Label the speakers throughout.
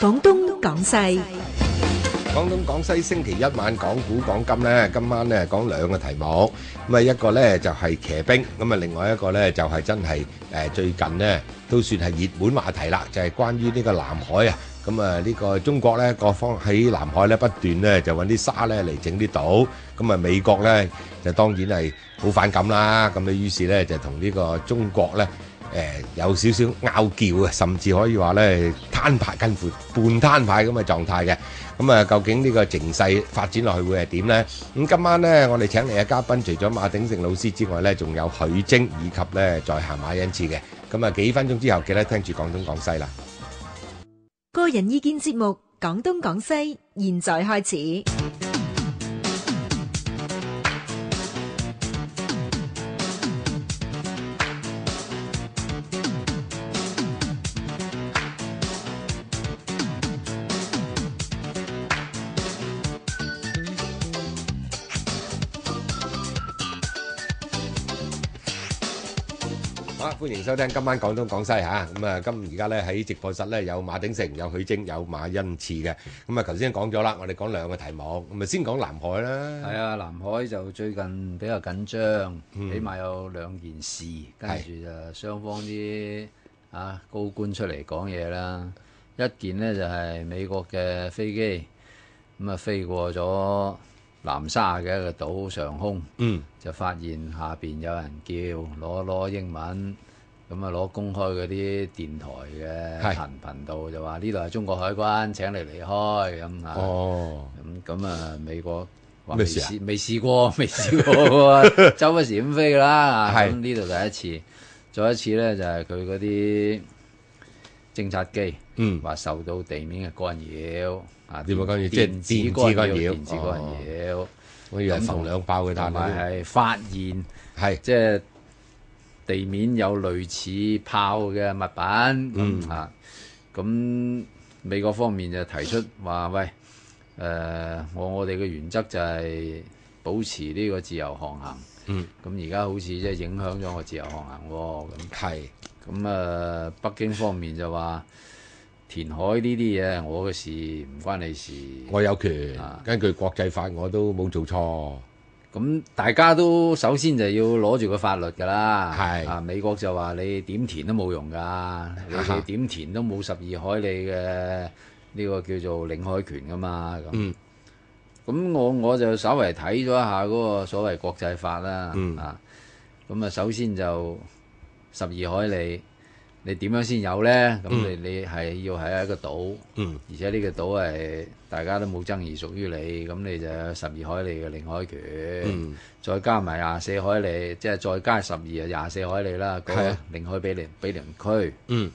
Speaker 1: 廣東廣西
Speaker 2: 廣東廣西星期一晚講古講今咧，今晚咧講兩個題目，咁啊一個咧就係騎兵，咁啊另外一個咧就係真係誒最近咧都算係熱門話題啦，就係關於呢個南海啊，咁啊呢個中國咧各方喺南海咧不斷咧就揾啲沙咧嚟整啲島，咁啊美國咧就當然係好反感啦，咁啊於是咧就同呢個中國咧。誒、有少少拗撬啊，甚至可以話咧攤牌，近乎半攤牌咁嘅狀態嘅。咁啊，究竟呢個情勢發展落去會係點呢？咁今晚呢，我哋請嚟嘅嘉賓，除咗馬鼎盛老師之外呢，仲有許晶以及呢在下馬恩賜嘅。咁啊，幾分鐘之後記得聽住廣東廣西啦。
Speaker 1: 個人意見節目《廣東廣西》，現在開始。
Speaker 2: 好啦，歡迎收聽今晚廣東廣西嚇。咁啊，今而家咧喺直播室咧有馬鼎盛、有許晶、有馬恩賜嘅。咁啊，頭先講咗啦，我哋講兩個題目，咁啊先講南海啦。
Speaker 3: 係啊，南海就最近比較緊張，
Speaker 2: 嗯
Speaker 3: 起碼有兩件事，跟住就雙方啲啊高官出嚟講嘢啦。一件呢就係、美國嘅飛機咁啊飛過咗南沙嘅一個島上空，
Speaker 2: 嗯，
Speaker 3: 就發現下邊有人叫攞攞英文。咁啊，攞公開嗰啲電台
Speaker 2: 係
Speaker 3: 嘅頻頻道就話呢度係中國海軍，請你離開咁啊。
Speaker 2: 哦，
Speaker 3: 咁咁啊，美國話
Speaker 2: 咩
Speaker 3: 未
Speaker 2: 事啊
Speaker 3: 試未試過， 未試過喎，周不時咁飛㗎啦。
Speaker 2: 係
Speaker 3: 咁呢度第一次，再一次咧就係佢嗰啲偵察機
Speaker 2: 嗯，
Speaker 3: 話受到地面嘅干擾啊，
Speaker 2: 點樣干擾即係
Speaker 3: 電
Speaker 2: 電
Speaker 3: 子
Speaker 2: 子
Speaker 3: 干擾，
Speaker 2: 干擾哦
Speaker 3: 電子干擾，
Speaker 2: 我以為浮兩炮
Speaker 3: 同
Speaker 2: 嘅，但係
Speaker 3: 埋係發現
Speaker 2: 係
Speaker 3: 即係地面有類似炮嘅物品
Speaker 2: 嗯
Speaker 3: 咁嚇，咁、美國方面就提出話喂，誒、我我哋嘅原則就係保持呢個自由航行，
Speaker 2: 嗯
Speaker 3: 咁而家好似即係影響咗我自由航行喎、咁
Speaker 2: 係
Speaker 3: 咁誒、呃北京方面就話填海呢啲嘢係我嘅事唔關你事，
Speaker 2: 我有權
Speaker 3: 啊，
Speaker 2: 根據國際法我都冇做錯。
Speaker 3: 咁大家都首先就要攞住個法律㗎啦，
Speaker 2: 係
Speaker 3: 啊美國就話你點填都冇用㗎，你
Speaker 2: 哈哈
Speaker 3: 哋點填都冇十二海里嘅呢個叫做領海權㗎嘛，咁
Speaker 2: 嗯
Speaker 3: 咁、我我就稍微睇咗一下嗰個所謂國際法啦，
Speaker 2: 嗯
Speaker 3: 啊咁啊首先就十二海里你點樣先有呢？咁你你係要喺一個島。
Speaker 2: 嗯
Speaker 3: 而且呢個島係大家都冇爭議，屬於你，咁你就有十二海里嘅領海權，
Speaker 2: 嗯
Speaker 3: 再加埋廿四海里，即係再加十二啊廿四海里啦，嗰
Speaker 2: 係
Speaker 3: 個
Speaker 2: 啊
Speaker 3: 領海比鄰比鄰區。
Speaker 2: 嗯，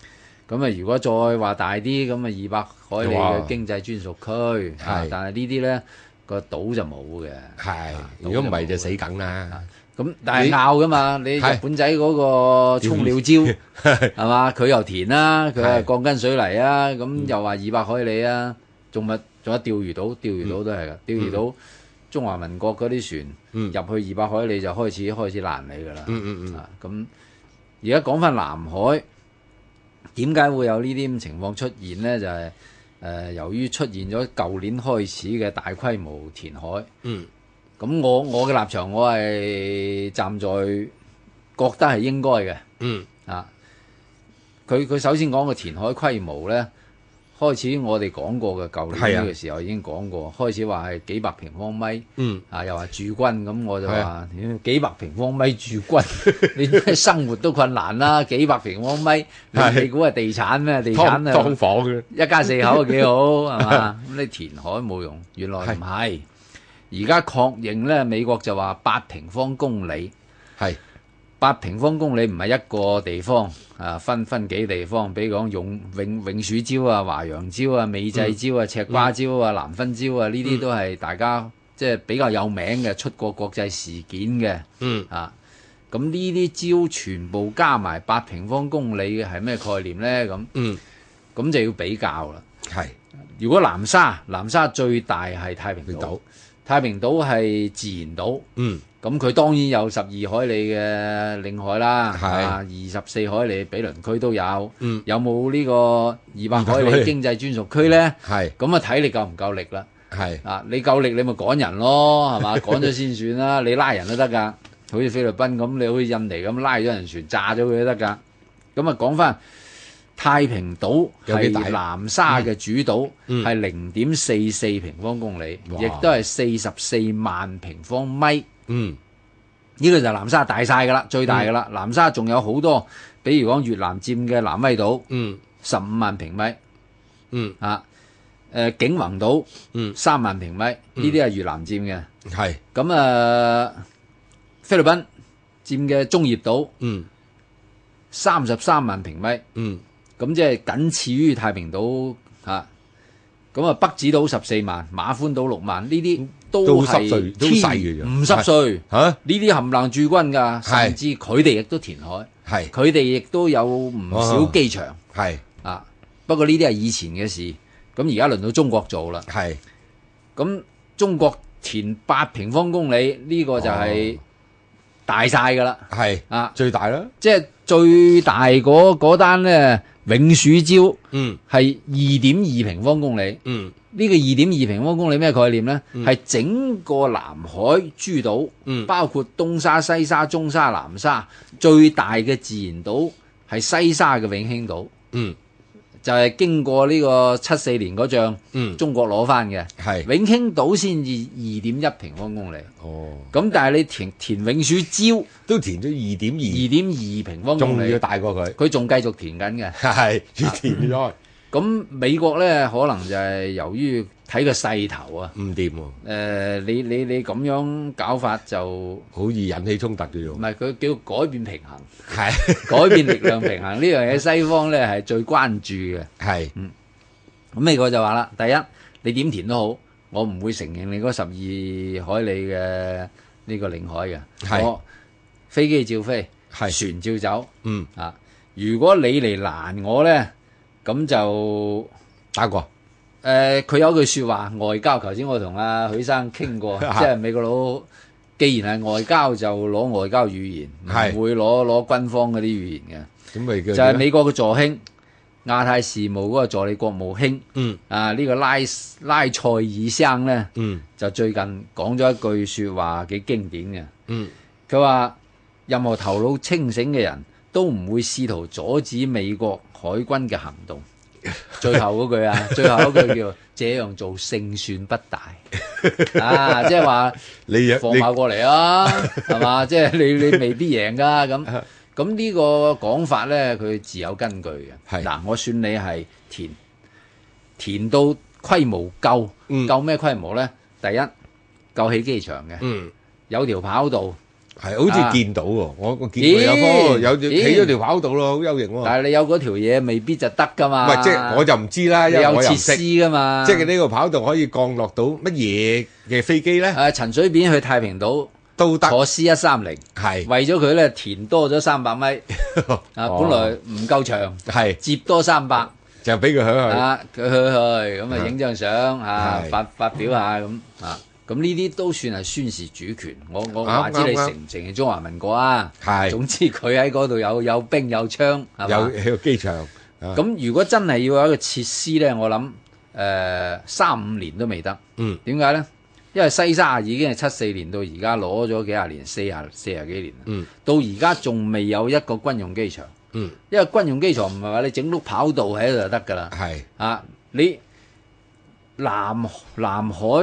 Speaker 3: 咁啊，如果再話大啲，咁啊二百海里
Speaker 2: 哇
Speaker 3: 嘅經濟專屬區，啊
Speaker 2: 係
Speaker 3: 但係呢啲呢個島就冇嘅。
Speaker 2: 係
Speaker 3: 啊。
Speaker 2: 如果唔係就死梗啦。
Speaker 3: 咁但
Speaker 2: 你
Speaker 3: 係拗噶嘛？你日
Speaker 2: 係
Speaker 3: 本仔嗰 個沖料椒係嘛？佢又填啦，佢
Speaker 2: 係
Speaker 3: 係
Speaker 2: 嗯
Speaker 3: 鋼筋水泥啊，咁又話二百海里啊，仲咪仲有釣魚島，釣魚島都係噶，釣魚島中華民國嗰啲船
Speaker 2: 嗯
Speaker 3: 入去二百海里就開始開始攔你噶啦。
Speaker 2: 嗯嗯嗯，
Speaker 3: 啊，咁而家講翻南海，點解會有呢啲咁情況出現呢？就係、呃由於出現咗舊年開始嘅大規模填海。
Speaker 2: 嗯。
Speaker 3: 咁我我嘅立場，我係站在覺得係應該嘅
Speaker 2: 嗯
Speaker 3: 啊。佢佢首先講個填海規模呢，開始我哋講過嘅舊
Speaker 2: 係
Speaker 3: 年
Speaker 2: 啊
Speaker 3: 呢個時候已經講過，開始話係幾百平方米。
Speaker 2: 嗯
Speaker 3: 啊，又話駐軍咁，我就
Speaker 2: 係啊
Speaker 3: 話屌幾百平方米駐軍， 你真係生活都困難啦，幾百平方米，你
Speaker 2: 係
Speaker 3: 你估係地產咩？地
Speaker 2: 劏
Speaker 3: 產
Speaker 2: 劏
Speaker 3: 啊，
Speaker 2: 房嘅，
Speaker 3: 一家四口啊幾好係 嘛？咁你填海冇用，原來唔係。而家確認咧，美國就話八平方公里，
Speaker 2: 係
Speaker 3: 八平方公里唔係一個地方啊，分分幾地方，比如講永永永暑礁啊、華陽礁啊、美濟礁啊、赤瓜礁啊、南分礁啊，呢啲都係大家即係比較有名嘅，出過國際事件嘅
Speaker 2: 嗯
Speaker 3: 啊。咁呢啲礁全部加埋八平方公里嘅係咩概念呢？咁
Speaker 2: 嗯
Speaker 3: 咁就要比較啦。
Speaker 2: 係
Speaker 3: 如果南沙，南沙最大係太平
Speaker 2: 你
Speaker 3: 島
Speaker 2: 到，
Speaker 3: 太平島係自然島，
Speaker 2: 嗯
Speaker 3: 咁佢當然有十二海里嘅領海啦，
Speaker 2: 係
Speaker 3: 啊，二十四海里比鄰區都有。
Speaker 2: 嗯，
Speaker 3: 有冇呢個二百海里經濟專屬區呢？
Speaker 2: 係
Speaker 3: 咁啊睇你夠唔夠力啦。
Speaker 2: 係
Speaker 3: 啊，你夠力你咪趕人咯，係嘛？ 趕咗先算啦，你拉人都得㗎。好似菲律賓咁，你好似印尼咁拉咗人船炸咗佢都得㗎。咁啊講翻太平島
Speaker 2: 有幾
Speaker 3: 係
Speaker 2: 大
Speaker 3: 南沙嘅主島，
Speaker 2: 嗯
Speaker 3: 係零點四四平方公里，
Speaker 2: 哇
Speaker 3: 亦都係四十四萬平方米。
Speaker 2: 嗯
Speaker 3: 呢、個就南沙大晒㗎啦，最大㗎啦。南沙仲有好多，比如講越南佔嘅南威島，
Speaker 2: 嗯
Speaker 3: 十五萬平米
Speaker 2: 嗯
Speaker 3: 啊。誒、景宏島
Speaker 2: 嗯
Speaker 3: 三萬平米，呢啲係越南佔嘅。
Speaker 2: 係
Speaker 3: 咁啊，菲律賓佔嘅中業島
Speaker 2: 嗯
Speaker 3: 三十三萬平米，
Speaker 2: 嗯
Speaker 3: 咁即係僅次於太平島嚇。咁啊，北子島十四萬，馬歡島六萬，呢啲都
Speaker 2: 都好濕
Speaker 3: 係
Speaker 2: 碎都
Speaker 3: 天
Speaker 2: 細嘅啫
Speaker 3: 唔濕碎。
Speaker 2: 嚇
Speaker 3: 呢啲冚唪唥駐軍㗎，
Speaker 2: 係
Speaker 3: 甚至佢哋亦都填海，
Speaker 2: 係
Speaker 3: 佢哋亦都有唔少機場
Speaker 2: 係
Speaker 3: 啊。不過呢啲係以前嘅事，咁而家輪到中國做啦。
Speaker 2: 係
Speaker 3: 咁中國填八平方公里呢、個就係
Speaker 2: 哦
Speaker 3: 大晒㗎啦，
Speaker 2: 係
Speaker 3: 啊，
Speaker 2: 最大啦，
Speaker 3: 即係最大嗰嗰單咧永暑礁
Speaker 2: 嗯
Speaker 3: 係二點二平方公里。
Speaker 2: 嗯
Speaker 3: 呢、個二點二平方公里咩概念呢？係、整個南海諸島，
Speaker 2: 嗯
Speaker 3: 包括東沙、西沙、中沙、南沙，最大嘅自然島係西沙嘅永興島，
Speaker 2: 嗯
Speaker 3: 就係、經過呢個七四年嗰仗，
Speaker 2: 嗯
Speaker 3: 中國攞翻嘅。
Speaker 2: 係
Speaker 3: 永興島先至二點一平方公里，
Speaker 2: 哦，
Speaker 3: 咁但係你填填永暑礁
Speaker 2: 都填咗二點二
Speaker 3: 二點二平方公
Speaker 2: 仲要
Speaker 3: 里，
Speaker 2: 大過佢，
Speaker 3: 佢仲繼續填緊嘅。
Speaker 2: 係要填咗
Speaker 3: 咁美國呢，可能就係由於睇個勢頭啊，
Speaker 2: 唔掂喎，
Speaker 3: 誒、你你你咁樣搞法就唔
Speaker 2: 好易引起衝突嘅啫喎，
Speaker 3: 係佢叫改變平 衡，
Speaker 2: 係
Speaker 3: 改變力量平衡呢樣嘢西方呢係最關注嘅。
Speaker 2: 係
Speaker 3: 咁美國就話啦，第一你點填都好，我唔會承認你嗰十二海里嘅呢個領海嘅，
Speaker 2: 係
Speaker 3: 我飛機照飛，
Speaker 2: 係
Speaker 3: 船照走
Speaker 2: 嗯
Speaker 3: 啊！如果你嚟攔我呢，咁就
Speaker 2: 打過
Speaker 3: 誒佢、有句説話，外交頭先我同阿許生傾過，即係美國佬，既然係外交就攞外交語言，唔
Speaker 2: 係
Speaker 3: 會攞攞軍方嗰啲語言
Speaker 2: 咁咪
Speaker 3: 嘅，
Speaker 2: 叫
Speaker 3: 就係
Speaker 2: 咩
Speaker 3: 美國嘅助卿亞太事務嗰個助理國務卿。
Speaker 2: 嗯
Speaker 3: 啊！呢、個拉拉塞爾生呢，
Speaker 2: 嗯
Speaker 3: 就最近講咗一句説話幾經典嘅。
Speaker 2: 嗯
Speaker 3: 佢話：任何頭腦清醒嘅人都唔會試圖阻止美國海軍嘅行 動。最後嗰句啊，最後嗰句叫這樣做 勝算不 大啊！即係話
Speaker 2: 你你
Speaker 3: 放馬過嚟 啊，係嘛？即係你你未必贏噶咁。
Speaker 2: 啊
Speaker 3: 咁呢個講法呢，佢自有根據嘅。
Speaker 2: 係
Speaker 3: 嗱，我算你係填填到規模夠，
Speaker 2: 嗯
Speaker 3: 夠咩規模呢？第一夠起機場嘅，
Speaker 2: 嗯。
Speaker 3: 有條跑道。
Speaker 2: 係好
Speaker 3: 啊
Speaker 2: 似見到喎，我我見佢有棵
Speaker 3: 咦
Speaker 2: 有條
Speaker 3: 咦
Speaker 2: 起咗條跑道咯，好優型喎。
Speaker 3: 但係你有嗰條嘢未必就得噶
Speaker 2: 哦唔
Speaker 3: 嘛。
Speaker 2: 係即係我就唔知啦，
Speaker 3: 你
Speaker 2: 因為
Speaker 3: 有
Speaker 2: 我又唔
Speaker 3: 設
Speaker 2: 識。
Speaker 3: 施啊噶嘛。
Speaker 2: 即係呢個跑道可以降落到乜嘢嘅飛機咧？
Speaker 3: 誒啊陳水扁去太平島
Speaker 2: 都得
Speaker 3: 坐 C 一三零，
Speaker 2: 係
Speaker 3: 為咗佢咧填多咗三百 米啊，
Speaker 2: 哦
Speaker 3: 本來唔夠長，
Speaker 2: 係
Speaker 3: 接多三百
Speaker 2: 就俾佢響下。
Speaker 3: 啊，佢去去咁啊影張相啊
Speaker 2: 係
Speaker 3: 發發表下咁啊，咁呢啲都算係宣示主權。我我話知
Speaker 2: 啱
Speaker 3: 你
Speaker 2: 啱
Speaker 3: 承唔承認中華民國啊？
Speaker 2: 係
Speaker 3: 總之佢喺嗰度有有兵有槍係嘛？
Speaker 2: 有有機場啊
Speaker 3: 啊咁如果真係要有一個設施呢，我諗誒三五年都未得。
Speaker 2: 嗯
Speaker 3: 點解呢？因為西沙已經係七四年到而家攞咗幾廿年，四廿四廿幾年啦。
Speaker 2: 嗯
Speaker 3: 到而家仲未有一個軍用機場，
Speaker 2: 嗯
Speaker 3: 因為軍用機場唔係話你整碌跑道喺度就得㗎啦。
Speaker 2: 係
Speaker 3: 啊啊，你南南海